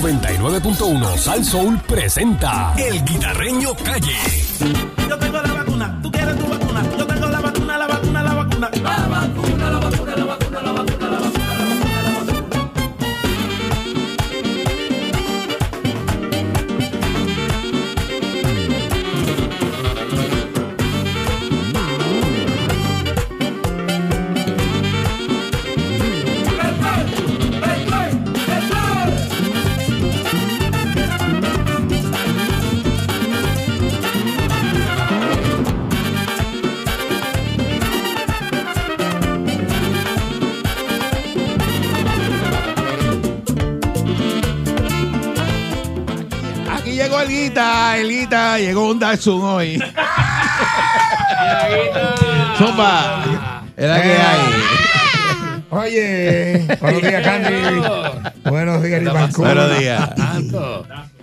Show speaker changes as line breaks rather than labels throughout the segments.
99.1 Sal Soul presenta El Guitarreño Calle.
Yo tengo la vacuna, tú quieres tu vacuna. Yo tengo la vacuna, la vacuna, la vacuna. La vacuna, la vacuna, la vacuna, la vacuna, la vacuna.
Aquí llegó el guita, el guita, llegó un Datsun hoy. Zumba, era que hay.
Oye, buenos días, Candy. buenos días, Ribancón.
Buenos días.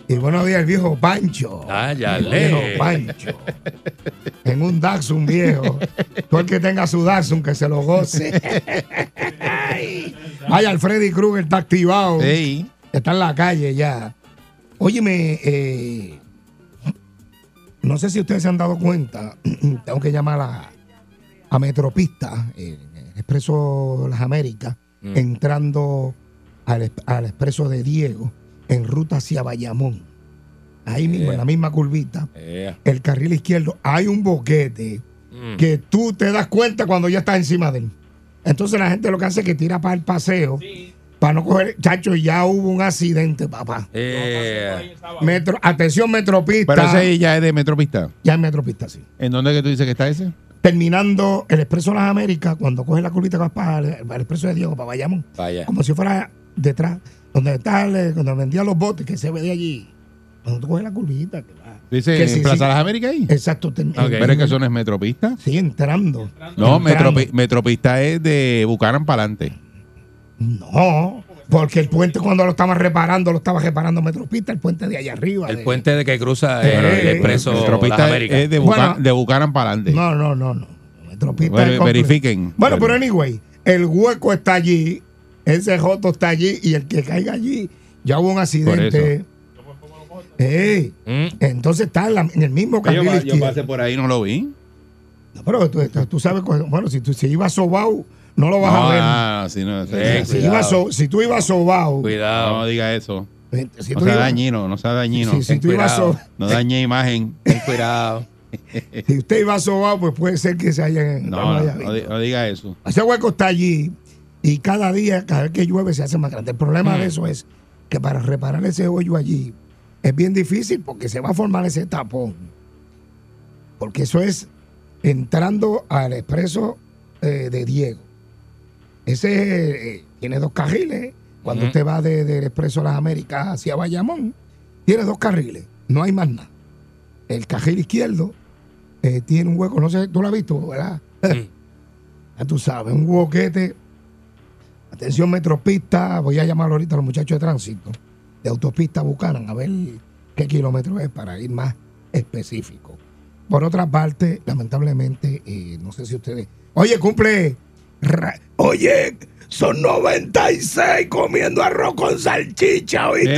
Y buenos días, el viejo Pancho.
Ah,
El viejo Pancho. En un Datsun viejo. Todo el que tenga su Datsun, que se lo goce. Ay, Ay, Alfredi Kruger está activado.
Ey,
Está en la calle ya. Óyeme, eh, no sé si ustedes se han dado cuenta, tengo que llamar a, a Metropista, eh, el Expreso Las Américas, entrando al, es- al Expreso de Diego, en ruta hacia Bayamón. Ahí mismo, en la misma curvita, el carril izquierdo, hay un boquete que tú te das cuenta cuando ya estás encima de él. Entonces la gente lo que hace es que tira para el paseo, para no coger, chacho, ya hubo un accidente, papá. Metro, atención, Metropista.
Pero ese ya es de Metropista.
Ya en Metropista, sí.
¿En dónde que tú dices que está ese?
Terminando el Expreso de las Américas, cuando coges la curvita que vas para el, para el Expreso de Diego, para Bayamón,
Vaya.
como si fuera detrás, donde está el- cuando vendían los botes que se veía allí. Cuando tú coges la curvita, que va.
Dice
Que
en
sí,
Plaza
sí.
Las Américas ahí.
Exacto. ten-
Pero es que eso no es Metropista.
Sí, entrando.
No,
Entrando.
Metropi- Metropista es de Bucaran para adelante.
No, porque el puente cuando lo estaban reparando, lo estaba reparando Metropista, el puente de allá arriba.
El
de-
puente de que cruza
Eh,
el, el
eh,
expreso Las
Metropista es,
Américas.
es de, Buca-
Bueno.
de Bucaran para adelante.
No, no, no, no. Metropista
Ver-
es completo.
este. verifiquen.
Bueno, pero anyway, el hueco está allí, ese joto está allí y el que caiga allí, ya hubo un accidente. Ey,
Mm.
entonces está en, la- en el mismo
Yo,
carril
pa- yo
izquierdo.
pasé por ahí, no lo vi.
No, pero tú, tú- tú sabes, cuando- bueno, si tú si ibas sobao, no lo vas
no,
a ver.
ah, sí, no, sí,
Eh,
sí.
si,
cuidado.
ibas so- si tú ibas sobao,
no
Cuidado.
diga eso.
eh, si
No
tú
sea
ibas-
dañino, no sea dañino.
si- si
ten
tú ibas
cuidado.
so-
No dañe imagen.
Ten cuidado.
si usted iba sobao, pues puede ser que se hayan. no
No,
haya
no,
visto.
no di- no diga eso.
Ese hueco está allí y cada día, cada vez que llueve, se hace más grande. El problema de eso es que para reparar ese hoyo allí es bien difícil porque se va a formar ese tapón. Porque eso es entrando al expreso eh, de Diego. Ese eh, tiene dos carriles. Cuando usted va de- del expreso a las Américas hacia Bayamón, tiene dos carriles. No hay más nada. El carril izquierdo eh, tiene un hueco. No sé, tú lo has visto, ¿verdad? Ya tú sabes, un boquete. Atención, Metropista. Voy a llamar ahorita a los muchachos de tránsito de Autopista Bucanan a ver qué kilómetro es para ir más específico. Por otra parte, lamentablemente, eh, no sé si ustedes. Oye, cumple. Ra- Oye, son 96 comiendo arroz con salchicha, ¿oíste?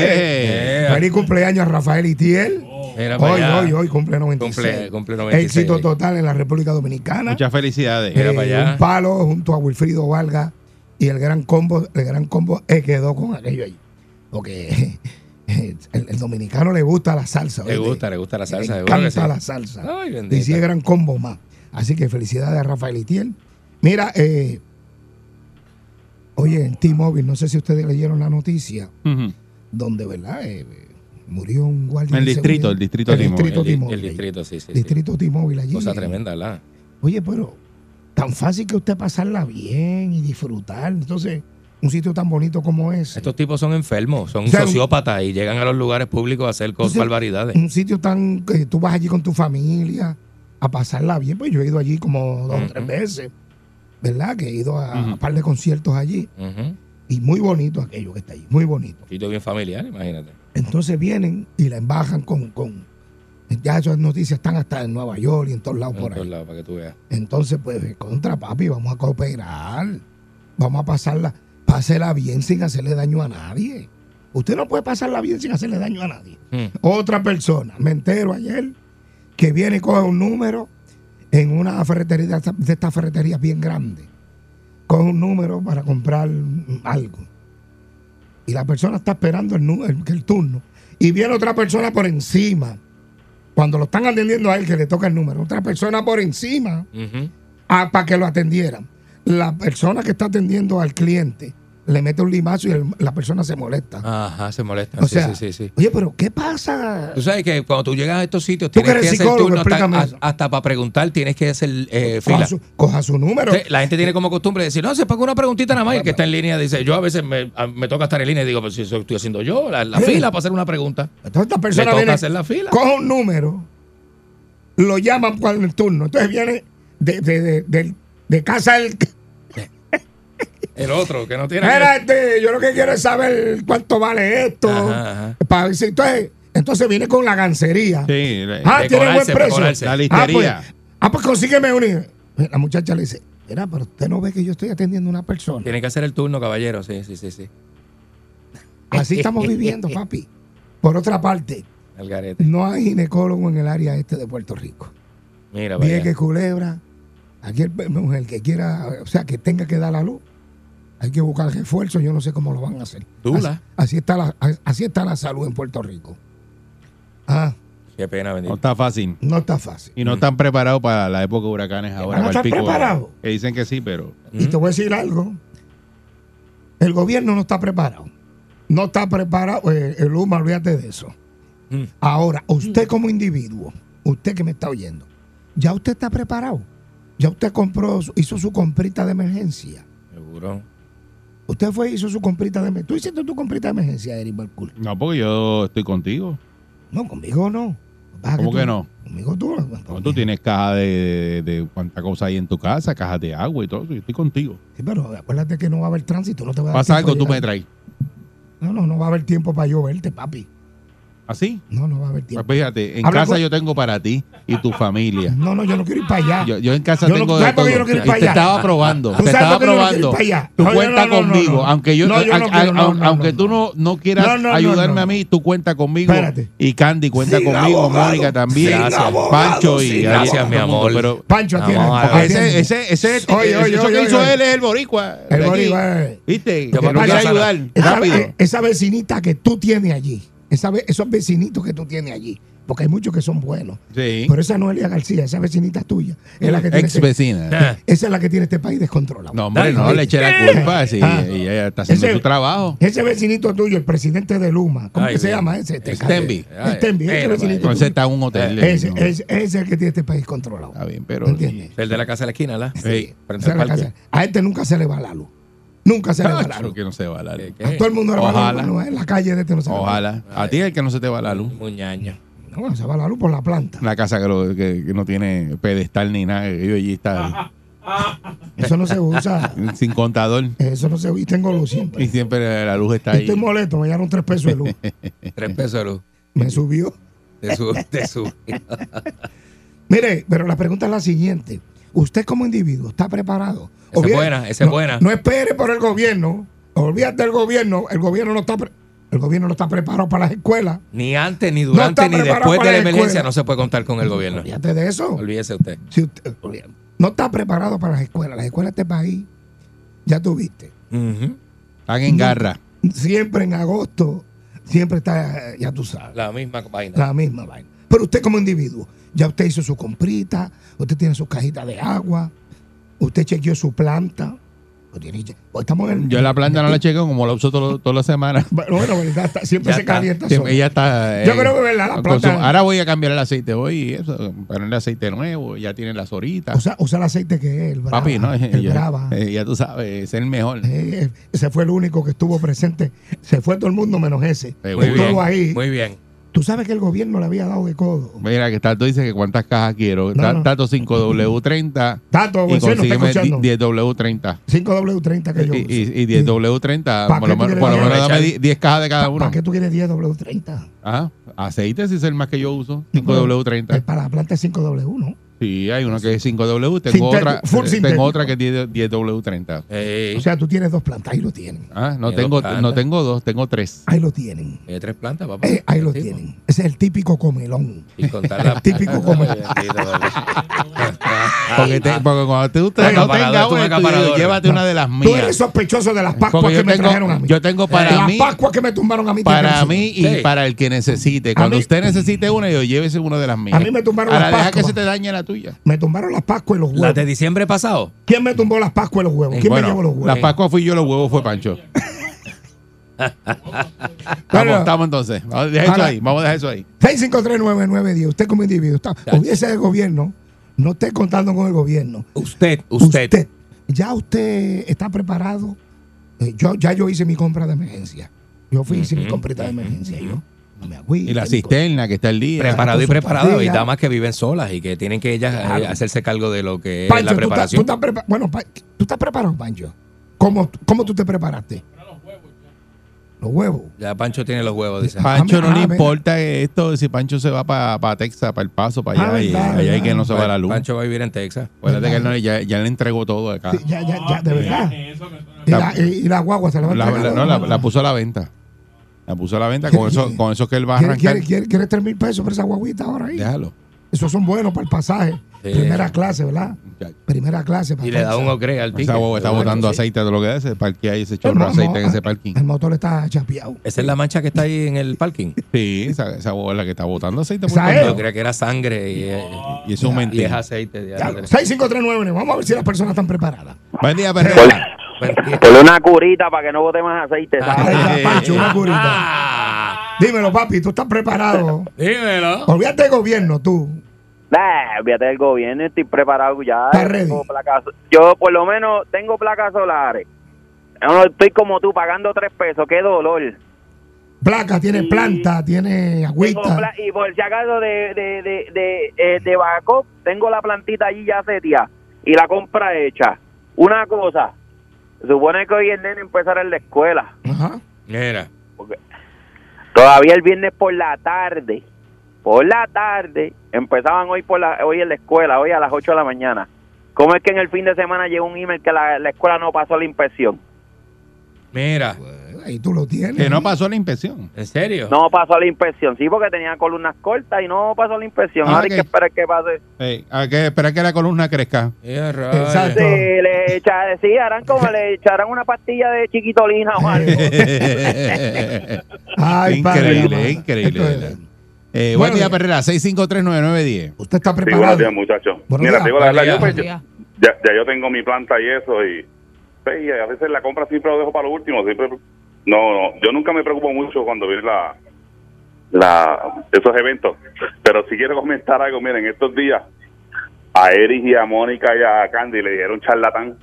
Eh,
Feliz cumpleaños a Rafael Itiel.
Mira para
hoy,
allá.
hoy, hoy cumple 96.
Cumple- cumple 96.
Éxito total en la República Dominicana.
Muchas felicidades.
Mira
Eh,
para allá.
Un palo junto a Wilfrido Valga y el gran combo, el gran combo eh, quedó con aquello ahí. Porque el, el dominicano le gusta la salsa.
Le
¿oíste?
gusta, le gusta la salsa.
Le
seguro que
encanta
sí.
la salsa.
Ay, bendita.
y si es gran combo más. Así que felicidades a Rafael Itiel. Mira, eh, oye, en T-Mobile, no sé si ustedes leyeron la noticia,
Ujú.
donde, ¿verdad? Eh, murió un guardia.
El
de
distrito,
seguridad.
el distrito
El
T-Mobile.
distrito
El, di- el
T-Mobile.
distrito, sí, sí. sí.
Distrito T-Mobile allí.
Cosa tremenda, ¿verdad?
Oye, pero tan fácil que usted pasarla bien y disfrutar. Entonces, un sitio tan bonito como ese.
Estos tipos son enfermos, son
O sea,
sociópatas y llegan a los lugares públicos a hacer cosas
Entonces,
barbaridades.
Un sitio tan que tú vas allí con tu familia a pasarla bien. Pues yo he ido allí como dos o tres veces, ¿verdad? Que he ido a un par de conciertos allí.
Ujú.
Y muy bonito aquello que está allí, muy bonito.
Sitio bien familiar, imagínate.
Entonces vienen y la embajan con... con ya esas noticias están hasta en Nueva York y en todos lados
En
por ahí.
todos lados, para que tú veas.
Entonces, pues, contra papi, vamos a cooperar. Vamos a pasarla, pásela bien sin hacerle daño a nadie. Usted no puede pasarla bien sin hacerle daño a nadie.
Mm.
Otra persona, me entero ayer, que viene y coge un número en una ferretería de esta- de estas ferreterías bien grande. Coge un número para comprar mm, algo. Y la persona está esperando el, nu- el- el turno. Y viene otra persona por encima. Cuando lo están atendiendo a él, que le toca el número. Otra persona por encima
Ujú.
Ah, para que lo atendieran. La persona que está atendiendo al cliente le mete un limazo y el- la persona se molesta.
Ajá, se molesta.
o
Ah, sí,
sea,
sí, Pues, sí, sí.
oye, pero ¿qué pasa?
Tú sabes que cuando tú llegas a estos sitios
Tú
tienes
que
que
eres
hacer
psicólogo,
turno hasta,
explícame
a-
eso.
hasta para preguntar tienes que hacer eh,
Coja
fila.
su, coja su número.
Sí, La gente tiene como costumbre decir, no, se paga una preguntita nada más y el que está en línea dice, yo a veces me, a- me toca estar en línea y digo, pues si eso estoy haciendo yo, la, la
Sí.
fila para hacer una pregunta.
Entonces esta persona
toca
viene,
hacer la fila.
coge un número, lo llaman cuando el turno. Entonces viene de, de- de- de- de casa el...
El otro, que no tiene...
Mira, este, yo lo que quiero es saber cuánto vale esto.
Ajá, ajá.
Para ver si- entonces, entonces viene con la gancería.
Sí,
Ah, tiene buen
Decorarse,
precio.
decorarse.
La listería.
Ah, pues, ah, pues consígueme un. La muchacha le dice, mira, pero usted no ve que yo estoy atendiendo a una persona.
Tiene que hacer el turno, caballero, sí, sí, sí, sí.
Así estamos viviendo, papi. Por otra parte,
El garete.
no hay ginecólogo en el área este de Puerto Rico.
Mira, para allá.
Vieques, Culebra, aquí el, mujer que quiera, o sea, que tenga que dar la luz, hay que buscar refuerzo, yo no sé cómo lo van a hacer.
Dula.
Así, así está la, así está la salud en Puerto Rico. Ah,
Qué pena,
No
bendito.
está fácil.
no está fácil.
Y no están preparados para la época de huracanes ahora.
no
para el
están
pico ahora.
preparados.
Que dicen que sí, pero.
Y te voy a decir algo. El gobierno no está preparado. No está preparado. eh, el Luma, olvídate de eso.
Mm.
Ahora, usted como individuo, usted que me está oyendo, ya usted está preparado. Ya usted compró, su- hizo su comprita de emergencia.
Seguro.
Usted fue y hizo su comprita de emergencia. Tú hiciste tu comprita de emergencia, Eric Balcour.
No, porque yo estoy contigo.
No, conmigo no. Baja
¿Cómo
tú-
que no?
Conmigo tú.
No, tú tienes caja de, de, de cuánta cosa hay en tu casa, cajas de agua y todo eso. Yo estoy contigo.
Sí, pero acuérdate que no va a haber tránsito. No te va a dar
Pasa
tiempo
algo,
de
tú me
llegar.
traes.
No, no, no va a haber tiempo para yo verte, papi.
¿Así?
No, no va a haber
¿Ah, Pues
tiempo.
fíjate, en
Habla
casa
con-
yo tengo para ti y tu familia.
No, no, yo no quiero ir para allá.
Yo, yo en casa
Yo no-
tengo de
¿sabes por
todo.
qué yo no quiero ir
Y
para
te
allá?
estaba probando,
¿Tú
te
sabes
estaba
por qué yo no quiero
probando.
ir para allá?
Tú
No, yo
cuenta
no, no, no,
conmigo,
no.
aunque yo,
No, yo no
a-
quiero,
a-
no, no,
aunque
no,
tú
no.
no, no quieras
No, no, no,
ayudarme
no.
a mí, tú cuenta conmigo.
Espérate.
Y Candy cuenta
Sin
conmigo,
abogado,
Mónica también,
sin
Gracias.
abogado,
Pancho
sin
y
Gracias, mi amor.
Pero
Pancho,
Vamos
atiende.
a ver.
Porque
ese,
atiende.
ese, ese, ese
Oye, oye,
eso que
oye,
hizo
oye.
él es el boricua. de
El
aquí.
boricua, eh.
¿Viste?
Yo
Que no
me puse
quiere
a sanar.
ayudar.
Esa,
Rápido.
eh, esa vecinita que tú tienes allí, esa ve- esos vecinitos que tú tienes allí, porque hay muchos que son buenos.
Sí.
Pero esa no es Elia García, esa vecinita tuya, es la que tiene
Ex
este,
Ah,
vecina.
esa es la que tiene este país descontrolado.
No, hombre,
Dale,
no
dale.
le eché la culpa. Sí,
Ah.
ella está haciendo
Ese-
su trabajo.
Ese vecinito tuyo, el presidente de Luma, ¿cómo
Ay,
que se
Dios.
llama ese? Este
Stenby.
Ay,
El Stenby, ese
espera,
vecinito
vaya.
Entonces está en un hotel.
tuyo. Ese,
¿no?
ese- ese es el que tiene este país controlado.
Está bien, pero.
¿Entiendes?
El de la casa de la esquina, ¿la?
Ey,
Frente
Esa es
al
la
parque.
casa. A este nunca se le va la luz. Nunca se le va la
Cacho,
luz.
que no se va la luz.
Eh,
A todo el mundo le va la
Ojalá.
luz. En la calle de este no se le va la luz.
Ojalá. A ti es el que no se te va la luz.
Muñaño.
No, se va la luz por la planta.
Una casa que, lo- que- que no tiene pedestal ni nada. que Yo allí está
Eso no se usa.
sin contador.
Eso no se usa. Y tengo luz
Y
siempre.
siempre la luz está
Y
ahí.
estoy molesto. Me dieron tres pesos de luz.
Tres pesos de luz.
Me subió.
Te sube, te sube.
Mire, pero la pregunta es la siguiente. ¿Usted como individuo está preparado?
Esa es buena, esa es
no-
buena.
No espere por el gobierno. Olvídate del gobierno. El gobierno no está pre- el gobierno no está preparado para las escuelas.
Ni antes, ni
No está
durante, ni
preparado
después
para
de la
la
emergencia
escuela.
no se puede contar con el gobierno.
Olvídate de eso.
Olvídese usted.
Si usted- olvídate. no está preparado para las escuelas. Las escuelas de este país, ya tuviste.
Ujú.
Están en garra.
Siempre en agosto, siempre está, eh, ya tú sabes.
La misma vaina.
La misma vaina. Pero usted como individuo, ya usted hizo su comprita, usted tiene sus cajitas de agua, usted chequeó su planta. Lo tiene ya- pues estamos en-
Yo la planta no la chequeo como la uso todo- todas las semanas.
Bueno, bueno, verdad, está- siempre
Ya
se
está.
calienta
Siempre-
sola.
Ella está. eh,
Yo creo que, ¿verdad? La
con
planta-
su- ahora voy a cambiar el aceite. Voy y eso. Ponerle aceite nuevo. Ya tiene las horitas.
Usa, usa el aceite que es el brava.
Papi, ¿no?
el
Yo-
brava.
eh, ya tú sabes, es el mejor.
Eh, ese fue el único que estuvo presente. Se fue todo el mundo menos ese.
Eh,
Muy
estuvo
bien.
ahí.
Muy bien.
Tú sabes que el gobierno le había dado de codo.
Mira, que Tato dice que cuántas cajas quiero.
No,
Ta-
no.
Tato 5W30.
Tato,
y
ese no está
consígueme
escuchando.
10W30.
5W30 que yo
Y,
uso.
y, y 10W30.
¿Pa'
Por lo
qué tú
menos
quieres
por lo menos
aprovechar?
dame 10 10 cajas de cada
¿Para,
uno.
qué tú quieres 10W30?
Ajá. Aceite, si es el más que yo uso.
No, pero- Es
5W30.
para la planta es 5W, ¿no?
Sí, hay una que es 5W, tengo
Sintético,
otra,
full
eh, tengo
sintético.
otra que es 10, 10W30.
Ey,
O sea, tú tienes dos plantas, ahí lo tienen.
Ah, no
Qué
tengo,
bacana.
no tengo dos, tengo tres.
Ahí lo tienen.
tiene tres plantas, papá.
Eh, ahí lo
Tipo.
tienen. Ese es el típico comelón.
Y contar la-
Típico como-
Ay, bendito,
Porque, te- porque cuando tú, usted
Ay,
no
acaparador,
tengas
tú me
una, tú
acaparador.
dices, llévate una de las
Tú eres
mías.
sospechoso de las pascuas
Porque
que
yo
me trajeron a
tengo,
mí.
yo tengo para
las
mí,
pascuas que me tumbaron a mí.
para
tienen
mí y
Sí.
para el que necesite. Cuando
mí-
usted necesite una, yo llévese una de las mías.
A mí me tumbaron
Ahora
las
deja que
pascuas.
se te dañe la tuya.
Me tumbaron las pascuas y los
La
huevos.
de diciembre pasado.
¿Quién me tumbó las pascuas y los huevos? ¿Quién
Bueno,
me llevó los huevos?
las Pascuas fui yo, los huevos fue Pancho.
Bueno,
Vamos, estamos entonces. Vamos, deja eso
Ahora-
ahí, vamos a dejar eso ahí.
6539910. Usted como individuo. Está, hubiese el gobierno. No esté contando con el gobierno.
Usted, usted.
ya usted está preparado. Eh, yo, ya yo hice mi compra de emergencia. Yo fui, hice mi comprita de emergencia. Yo, no me agüite,
Y la
mi
cisterna que está al día.
Preparado y
con su
preparado. Y
pastilla.
damas que viven solas y que tienen que ellas eh, hacerse cargo de lo
eh,
que es
Pancho,
la
tú estás-
preparación.
Tú estás, prepa- bueno, Pa- tú estás preparado, Pancho. ¿Cómo, ¿Cómo tú te preparaste? Los huevos.
Ya Pancho tiene los huevos, dice.
Pancho
Ah,
no le
ah, mira.
importa esto si Pancho se va para Texas, para El Paso, para allá.
Ah,
y,
verdad,
allá hay
verdad.
que no se va la luz.
Pancho va a vivir en Texas.
Acuérdate que él no le- ya, ya le entregó todo acá.
Sí, ya, ya,
Ah,
ya, de verdad. Y la, y- y la guagua se la va a
La,
entregar.
la- no, la- la puso a la venta. La puso a la venta con eso, con eso que él va a
¿Quiere,
arrancar.
quiere, quiere, quiere 3 mil pesos por esa guaguita ahora ahí?
Déjalo.
Esos son buenos para el pasaje. Primera clase, ¿verdad?
muchacho.
Primera clase. para
Y le da
Texas.
un upgrade al
Esa
ticket.
boba está
Seguro que
botando
sí.
aceite de lo que hace. Parque ahí ese
El
chorro de
mo-
aceite en
mo-
ese parking.
ah, El motor está chapeado.
Esa es la mancha que está ahí en el parking.
Sí, esa, esa boba es la que está botando aceite. por
Esa
todos
es.
lados.
Yo creía que era sangre y, eh,
Y eso es un
y es
mentira.
aceite. de
Ya, 6539, vamos a ver si las personas están preparadas.
Buen día, Perrera.
Pues,
Ponle una curita para que no bote más aceite.
Ah,
Ahí
¿sabes?
está,
eh,
Pancho, una curita.
Ah,
Dímelo, papi, tú estás preparado.
dímelo.
Olvídate del gobierno, tú.
Nah, olvídate del gobierno, estoy preparado ya.
Está
Tengo
ready.
placas- yo por lo menos tengo placas solares. Yo no estoy como tú pagando tres pesos, qué dolor.
Placa, tiene
Y-
planta, tiene
Tengo
agüita.
pla- y por si acaso de, de, de, de, eh, de backup, tengo la plantita allí ya setia y la compra hecha. Una cosa, se supone que hoy el nene empezará en la escuela.
Ajá.
Mira.
Todavía el viernes por la tarde. Por la tarde. Empezaban hoy por la, hoy en la escuela, hoy a las 8 de la mañana. ¿Cómo es que en el fin de semana llegó un email que la, la escuela no pasó la inspección?
Mira,
Ahí tú lo tienes.
Que no pasó la inspección.
¿en serio?
No pasó la inspección. Sí, porque tenía columnas cortas y no pasó la inspección.
Ah,
Ahora
ok.
hay que esperar que pase.
Eh, hay que esperar que la columna crezca.
Ya, rayos.
Exacto.
Sí, le echa- sí, harán como le echarán una pastilla de chiquitolina o algo.
Ay, padre,
increíble,
amado.
increíble.
Esto es-
¿verdad? Eh, buen
Bueno,
día,
bien.
Perrera. 6539910.
Usted está
Sí, buenos
preparado.
días, muchachos.
Buenos
Mira,
días.
te digo la verdad,
Buenos
yo, pues, ya, ya yo tengo mi planta y eso, y, pues, y a veces la compra siempre lo dejo para lo último. siempre No, no, yo nunca me preocupo mucho cuando vienen la, la, esos eventos. Pero si quiero comentar algo, miren, estos días a Eric y a Mónica y a Candy le dieron charlatán.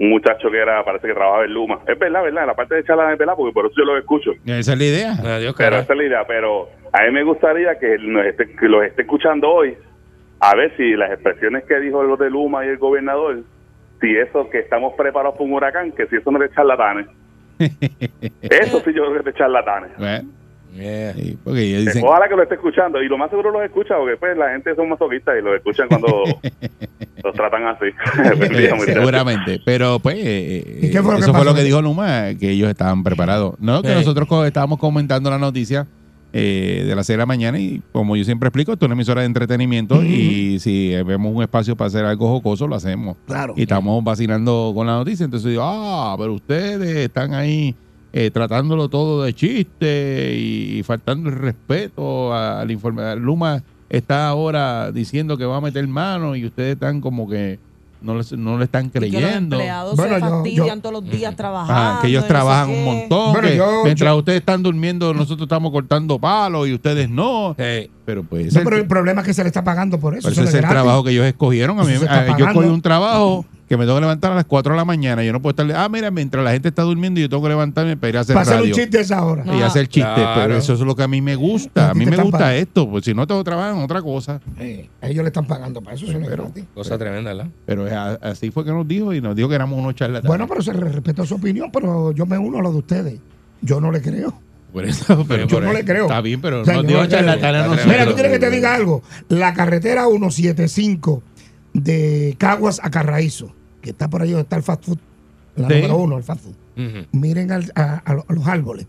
Un muchacho que era, parece que trabajaba en Luma. Es verdad, verdad, la parte de charlatán es verdad, porque por eso yo lo escucho.
Esa es la idea.
Adiós,
Pero
cara.
esa es la idea, pero a mí me gustaría que nos esté- que los esté escuchando hoy, a ver si las expresiones que dijo los de Luma y el gobernador, si eso que estamos preparados para un huracán, que si eso no es de charlatanes. eso sí yo creo que es de charlatanes.
Bueno,
Yeah.
sí, porque ellos dicen,
Ojalá que lo esté escuchando, y lo más seguro los escucha, porque pues la gente son masoquistas y los escuchan cuando los tratan así. Buen día,
eh,
muchachos.
seguramente. Pero pues, eh, eh,
¿Y qué fue lo que
eso fue
pasó?
lo que dijo Luma, que ellos estaban preparados. No, que
Sí.
nosotros co- estábamos comentando la noticia eh, de las 6 de la mañana y como yo siempre explico, esto es una emisora de entretenimiento y si eh, vemos un espacio para hacer algo jocoso, lo hacemos.
Claro.
Y estamos vacinando con la noticia. Entonces digo, ah, pero ustedes están ahí eh, tratándolo todo de chiste y faltando el respeto al informe. Luma está ahora diciendo que va a meter mano y ustedes están como que no, les- no le están
Y que los
creyendo.
empleados
Bueno,
se
yo-
fastidian
yo-
todos los días trabajando.
Ajá, que
y no
ellos
sé
trabajan
qué.
un montón.
Bueno,
que
yo-
mientras ustedes están durmiendo, nosotros estamos cortando palos y ustedes no.
Sí.
Pero pues.
No, pero el problema es que se le está pagando por eso.
Pero ese
eso no
es el
gratis.
trabajo que ellos escogieron. A
Eso
mí,
se está
a- yo
pagando.
cogí un trabajo que me tengo que levantar a las 4 de la mañana. Yo no puedo estarle. Ah, mira, mientras la gente está durmiendo, yo tengo que levantarme para ir a hacer
Para hacer un
radio
chiste a esa hora.
y hacer chistes.
Claro.
Pero eso es lo que a mí me gusta.
A
A
ti
mí
te
me
están
gusta
pagando.
esto. Pues si no tengo trabajo en otra cosa.
Eh, a ellos le están pagando para eso. Eso no es gratis.
Cosa tremenda, ¿verdad?
Pero es a- así fue que nos dijo y nos dijo que
pues,
éramos unos charlatanes.
Bueno, pero se le respetó su opinión, pero yo me uno a lo de ustedes. Yo no le creo.
por eso, pero
Yo
por
no
eso.
le creo.
Está bien, pero
O sea,
no
yo
digo
no le creo.
charlatana, no
Mira, tú
sé.
quieres que te diga algo. La carretera 175 de Caguas a Carraízo, que está por ahí donde está el fast food, la
Sí.
número uno, el fast food. Miren al- a, a lo- a los árboles.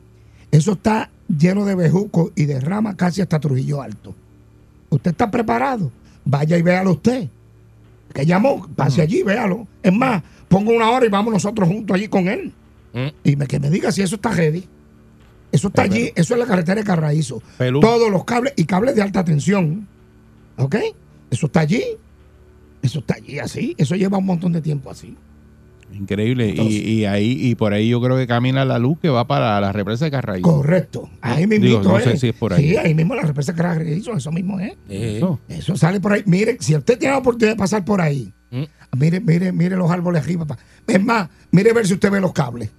Eso está lleno de bejuco y de ramas casi hasta Trujillo Alto. ¿Usted está preparado? Vaya y véalo usted. Que llamó, pase allí, véalo. Es más, ponga una hora y vamos nosotros juntos allí con él. Y me, que me diga si eso está ready. Eso está allí, eso es la carretera de Carraízo.
Pelú.
Todos los cables y cables de alta tensión. ¿Ok? Eso está allí. Eso está allí así. Eso lleva un montón de tiempo así.
Increíble. Y, y ahí y por ahí yo creo que camina la luz que va para la represa de Carraí.
Correcto. Ahí mismo
Ah, Digo, no sé si es por ahí.
Sí, ahí mismo la represa de Carraízo, eso mismo es.
Eso.
Eso sale por ahí. Mire, si usted tiene la oportunidad de pasar por ahí,
Mm.
mire, mire, mire los árboles arriba. pa- Es más, mire a ver si usted ve los cables.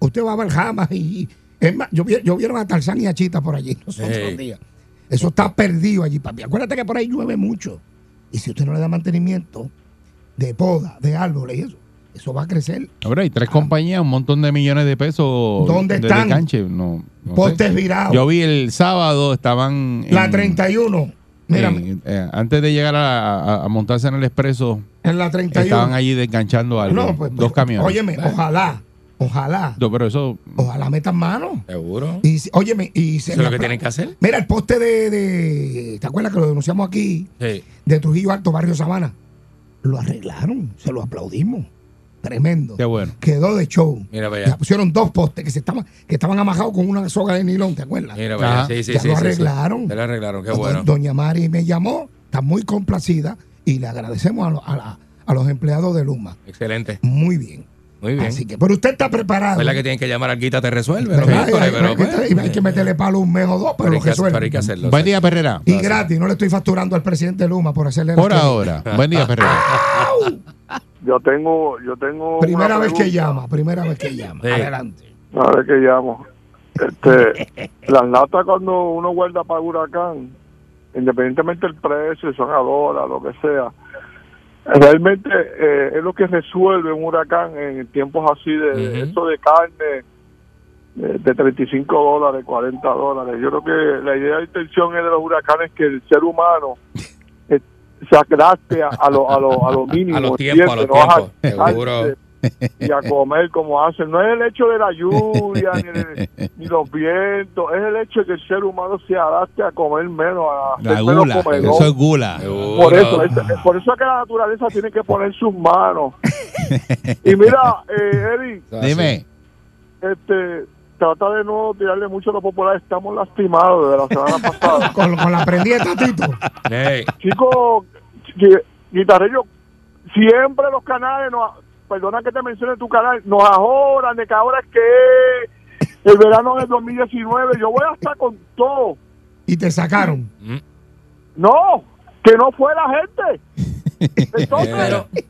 Usted va a ver jamas y. Es más, yo, vi- yo vieron a Tarzán y a Chita por allí los otros días. Eso está perdido allí, papi. Acuérdate que por ahí llueve mucho. Y si usted no le da mantenimiento de poda, de árboles y eso, eso va a crecer.
Ahora hay tres compañías, un montón de millones de pesos.
¿Dónde
de- de
están?
canche, No, no sé.
Postes virados.
Yo vi el sábado, estaban.
la
en-
31. Mira, en,
en- eh, antes de llegar a, a- a montarse en el expreso,
la 31.
estaban allí desganchando algo.
No, pues,
dos camiones. Eh,
Óyeme, ojalá, ojalá,
No, pero eso.
ojalá metan mano.
Seguro.
Y, si- óyeme, y se
Eso es lo
le
que
apla-
tienen que hacer.
Mira, el poste de, de- ¿Te acuerdas que lo denunciamos aquí?
Sí.
De Trujillo Alto, Barrio Sabana. Lo arreglaron, se lo aplaudimos. Tremendo.
Qué bueno.
Quedó de show.
Mira para allá.
Ya pusieron dos postes que, se estaban, que estaban amajados con una soga de nilón, ¿te acuerdas?
Mira, vaya,
Ajá.
sí, sí,
ya
sí,
lo
sí, sí.
arreglaron.
Ya lo arreglaron, qué
Do-
bueno.
Doña Mari me llamó, está muy complacida y le agradecemos a, lo- a la- a los empleados de Luma.
Excelente.
Muy bien.
Muy bien.
Así que, pero usted está preparado.
¿Verdad que tienen que llamar al guita te resuelve?
¿Verdad?
los miércoles,
Hay-
pero,
hay-
pues,
hay- hay que meterle palo un mes o dos, pero
pero
lo
hay que hacer- pero hay
resuelve.
que hacerlo.
Buen día, Perrera.
Y gratis, no le estoy facturando al presidente Luma por hacerle la
Por
querella.
ahora. Buen día, Perrera.
Yo tengo, yo tengo.
Primera
una
vez que
pregunta.
llama, primera vez que llama.
Sí.
Adelante.
Una vez que llamo. Este, las latas cuando uno guarda para huracán, independientemente del precio, si son a dólar, lo que sea, realmente eh, es lo que resuelve un huracán en tiempos así de
Ujú.
eso de carne eh, de 35 dólares, 40 dólares. Yo creo que la idea de intención es de los huracanes que el ser humano eh, se agraste a, a lo, a, lo, a lo mínimo.
A los tiempos, a los
¿entiendes? No
tiempos. Seguro.
y a comer como hacen. No es el hecho de la lluvia ni, de- ni los vientos, es el hecho de que el ser humano se adapte a comer menos, a ser
La
menos
gula.
comedor.
Eso es gula.
Seguro.
Por eso, es- es- por eso es que la naturaleza tiene que poner sus manos. Y mira, eh, Eric,
Dime.
este, trata de no tirarle mucho a los populares. Estamos lastimados de la semana pasada.
Con, con la prendida, Tito.
Ey,
Chicos, gui- guitarrillo, siempre los canales, nos, perdona que te mencione tu canal, nos ahoran de que ahora es que el verano del 2019, yo voy hasta con todo.
Y te sacaron.
No, que no fue la gente. Entonces,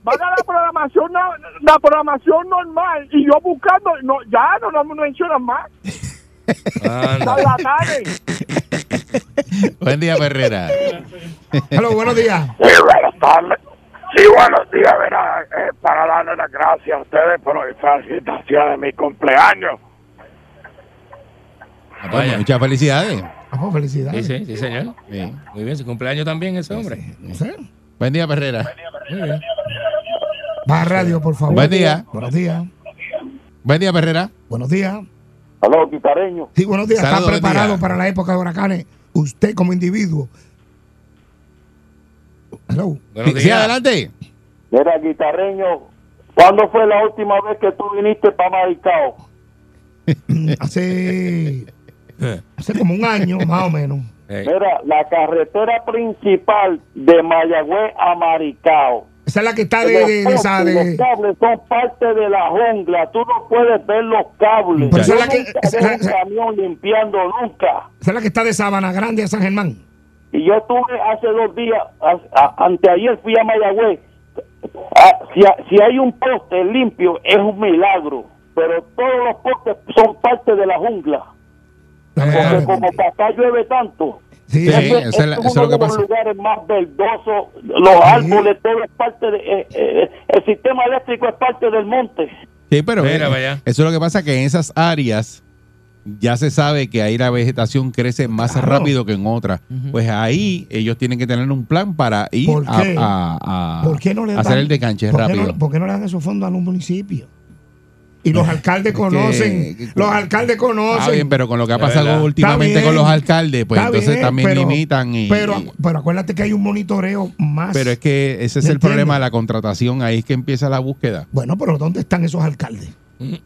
van a la programación, na- la, programación normal y yo buscando, no, ya no nos mencionan más.
anda.
Las latanes.
Buen día, Perrera.
Hello, buenos días.
Sí, buenas tardes. Sí, buenos días. Mira, eh, para darle las gracias a ustedes por la felicitación de mi cumpleaños.
Ah, pues, Muchas felicidades.
Ah, pues, felicidades.
Sí, sí, sí, señor.
Sí.
Muy bien, su cumpleaños también ese hombre.
No sé.
Buen día, Perrera.
Muy bien.
Va a radio, por favor.
Buen día.
Buenos días.
Buen día, Perrera.
Buenos días.
Aló, guitareño.
Sí, buenos días. ¿Está
Saludos, buen
preparado
día.
para la época de huracanes? Usted como individuo. Hello.
Buenos
Sí, sí,
días.
adelante.
Mira, guitarreño, ¿cuándo fue la última vez que tú viniste para Maricao?
Mm, Hace, hace como un año, más o menos.
Ey,
Mira, la carretera principal de Mayagüez a Maricao.
Esa es la que está de, de, de esa
postes,
de-
los cables son parte de la jungla. Tú no puedes ver los cables.
Pero esa es la
Yo
que-
nunca
esa-
veo un
esa-
camión limpiando nunca.
esa es la que está de Sabana Grande a San Germán.
Y yo estuve hace dos días, a- a- anteayer fui a Mayagüez. Ah, si, ha- si hay un poste limpio, es un milagro. Pero todos los postes son parte de la jungla. Porque como para acá llueve tanto,
Sí,
Sí, eso
eso-
es la-
este
eso es lo que
uno de los
pasa.
lugares más verdosos, los árboles, todo es parte de... eh, eh, el sistema eléctrico es parte del monte.
Sí, pero
Mira,
eh,
vaya.
eso es lo que pasa que en esas áreas ya se sabe que ahí la vegetación crece más
Claro.
rápido que en otras. Pues ahí ellos tienen que tener un plan para ir
¿Por
a,
qué?
a- a-
¿Por qué no le
hacer
dan-
el descanche
¿por qué
rápido.
no- ¿Por qué no le dan esos fondos a un municipio? Y los alcaldes
que-
conocen,
que-
los alcaldes conocen.
Está bien, pero con lo que ha
Es
pasado
verdad.
últimamente
Está
con
bien.
los alcaldes, pues
Está
entonces
bien,
también
pero-
limitan y...
Pero,
y-
pero acuérdate que hay un monitoreo más.
pero es que ese es
¿Me
el problema
entiendes?
de la contratación, ahí es que empieza la búsqueda.
Bueno, pero ¿dónde están esos alcaldes?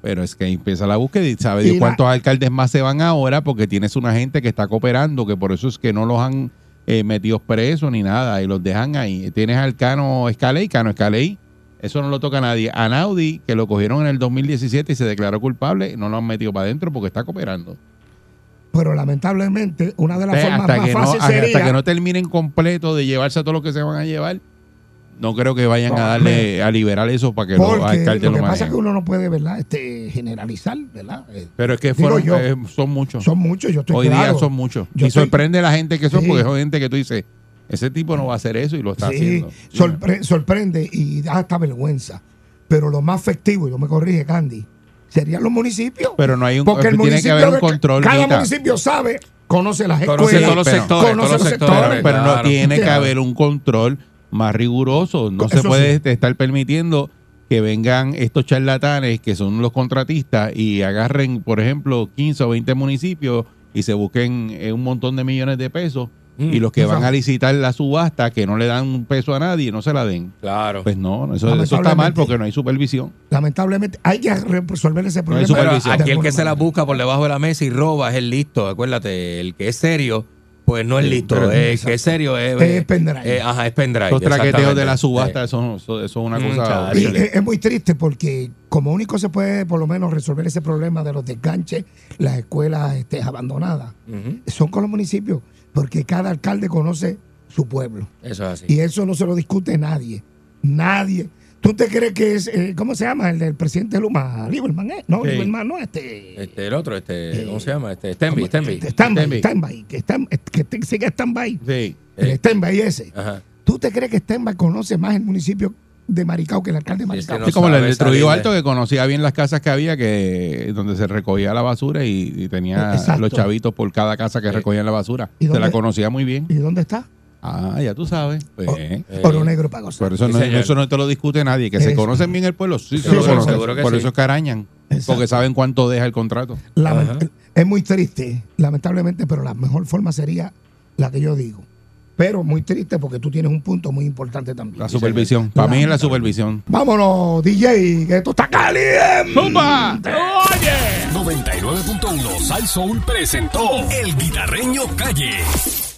Pero es que ahí empieza la búsqueda y sabe
Y
Dios
la-
cuántos alcaldes más se van ahora porque tienes una gente que está cooperando, que por eso es que no los han eh, metido presos ni nada y los dejan ahí. Tienes al Cano Escaley, Cano Escaley, eso no lo toca a nadie. A Naudi, que lo cogieron en el 2017 y se declaró culpable, no lo han metido para adentro porque está cooperando.
Pero lamentablemente, una de las
Entonces,
formas
hasta,
más
que no,
fáciles
hasta
sería.
que no terminen completo de llevarse a todos los que se van a llevar, no creo que vayan a darle a liberar eso para que los
porque
alcaldes
lo
lo
que pasa es
manejen.
que uno no puede, ¿verdad? Este, generalizar, ¿verdad? Eh,
Pero es que
digo
fueron,
yo,
eh, son muchos.
son muchos, yo estoy
Hoy
claro.
día son muchos.
Yo
y
estoy-
sorprende a la gente que son,
Sí.
porque son gente que tú dices, ese tipo no va a hacer eso y lo está
Sí,
haciendo.
sorpre- sorprende y da hasta vergüenza. Pero lo más efectivo, yo me corrige, Candy, serían los municios.
Pero no hay un-
Porque el
tiene que
municipio
haber un
de-
control,
Cada
Guita.
municipio sabe, conoce las escuelas.
Conoce todos los
pero-
sectores.
conoce
Todos los
los
sectores.
sectores,
pero no
claro.
tiene que
Claro.
haber un control más riguroso. No
Eso
se puede este, estar permitiendo que vengan estos charlatanes que son los contratistas y agarren, por ejemplo, 15 o 20 municipios y se busquen eh, un montón de millones de pesos y los que
Exacto.
van a licitar la subasta que no le dan un peso a nadie, no se la den.
Claro.
Pues no, eso, eso está mal
Lamentablemente.
porque no hay supervisión.
Lamentablemente, hay que resolver ese
supervisión.
problema. de
Pero
alguna
aquí
aquel que se la
manera.
busca por debajo de la mesa y roba es el listo, acuérdate, el que es serio, pues no es listo,
pero- Este
eh, el que es serio es,
Es pendrive.
eh, ajá, es pendrive.
Los traqueteos de la
exactamente.
subasta son, son- son una
Mm,
cosa
chacho.
Y
horrible.
es, es muy triste porque como único se puede por lo menos resolver ese problema de los desganches, las escuelas este, abandonadas,
Sí. Ujú,
son con los municipios, porque cada alcalde conoce su pueblo.
Eso es así.
Y eso no se lo discute nadie. Nadie. ¿Tú te crees que es, eh, cómo se llama, el del presidente Luma? Lieberman, ¿eh? No,
Sí.
Lieberman no, este...
Este, el otro, este,
Eh,
¿cómo se llama? Este, Stenby,
¿cómo?
Stenby.
Este, Stanby,
Stenby.
Stanby, que, Stan- que te- sigue Stanby.
Sí. Ah.
El Stanby ese.
Ajá.
¿Tú te crees que Stanby conoce más el municio de Maricao que el alcalde de
es que
Maricao?
no
Sí, como el
sabe
destruyó
salir de-
alto que conocía bien las casas que había que donde se recogía la basura y, y tenía
Eh, Exacto. Eh,
los chavitos por cada casa que recogían la basura.
¿Y
Se
dónde-
la conocía muy bien.
¿Y dónde está?
Ah, ya tú sabes. Pues,
Oro Negro para gozar.
por eso,
Sí,
no,
señor.
eso no te lo discute nadie. Que se
Es-
conocen bien el pueblo. Sí, se
Sí,
lo
sí,
conocen.
seguro que
Por
sí.
eso es que arañan.
Exacto.
Porque saben cuánto deja el contrato.
Lament-
Ajá.
es muy triste, lamentablemente, pero la mejor forma sería la que yo digo. Pero muy triste porque tú tienes un punto muy importante también.
La supervisión. Para mí es la supervisión.
Vámonos, DJ, que esto está caliente.
99.1 Sal Soul presentó El Guitarreño Calle.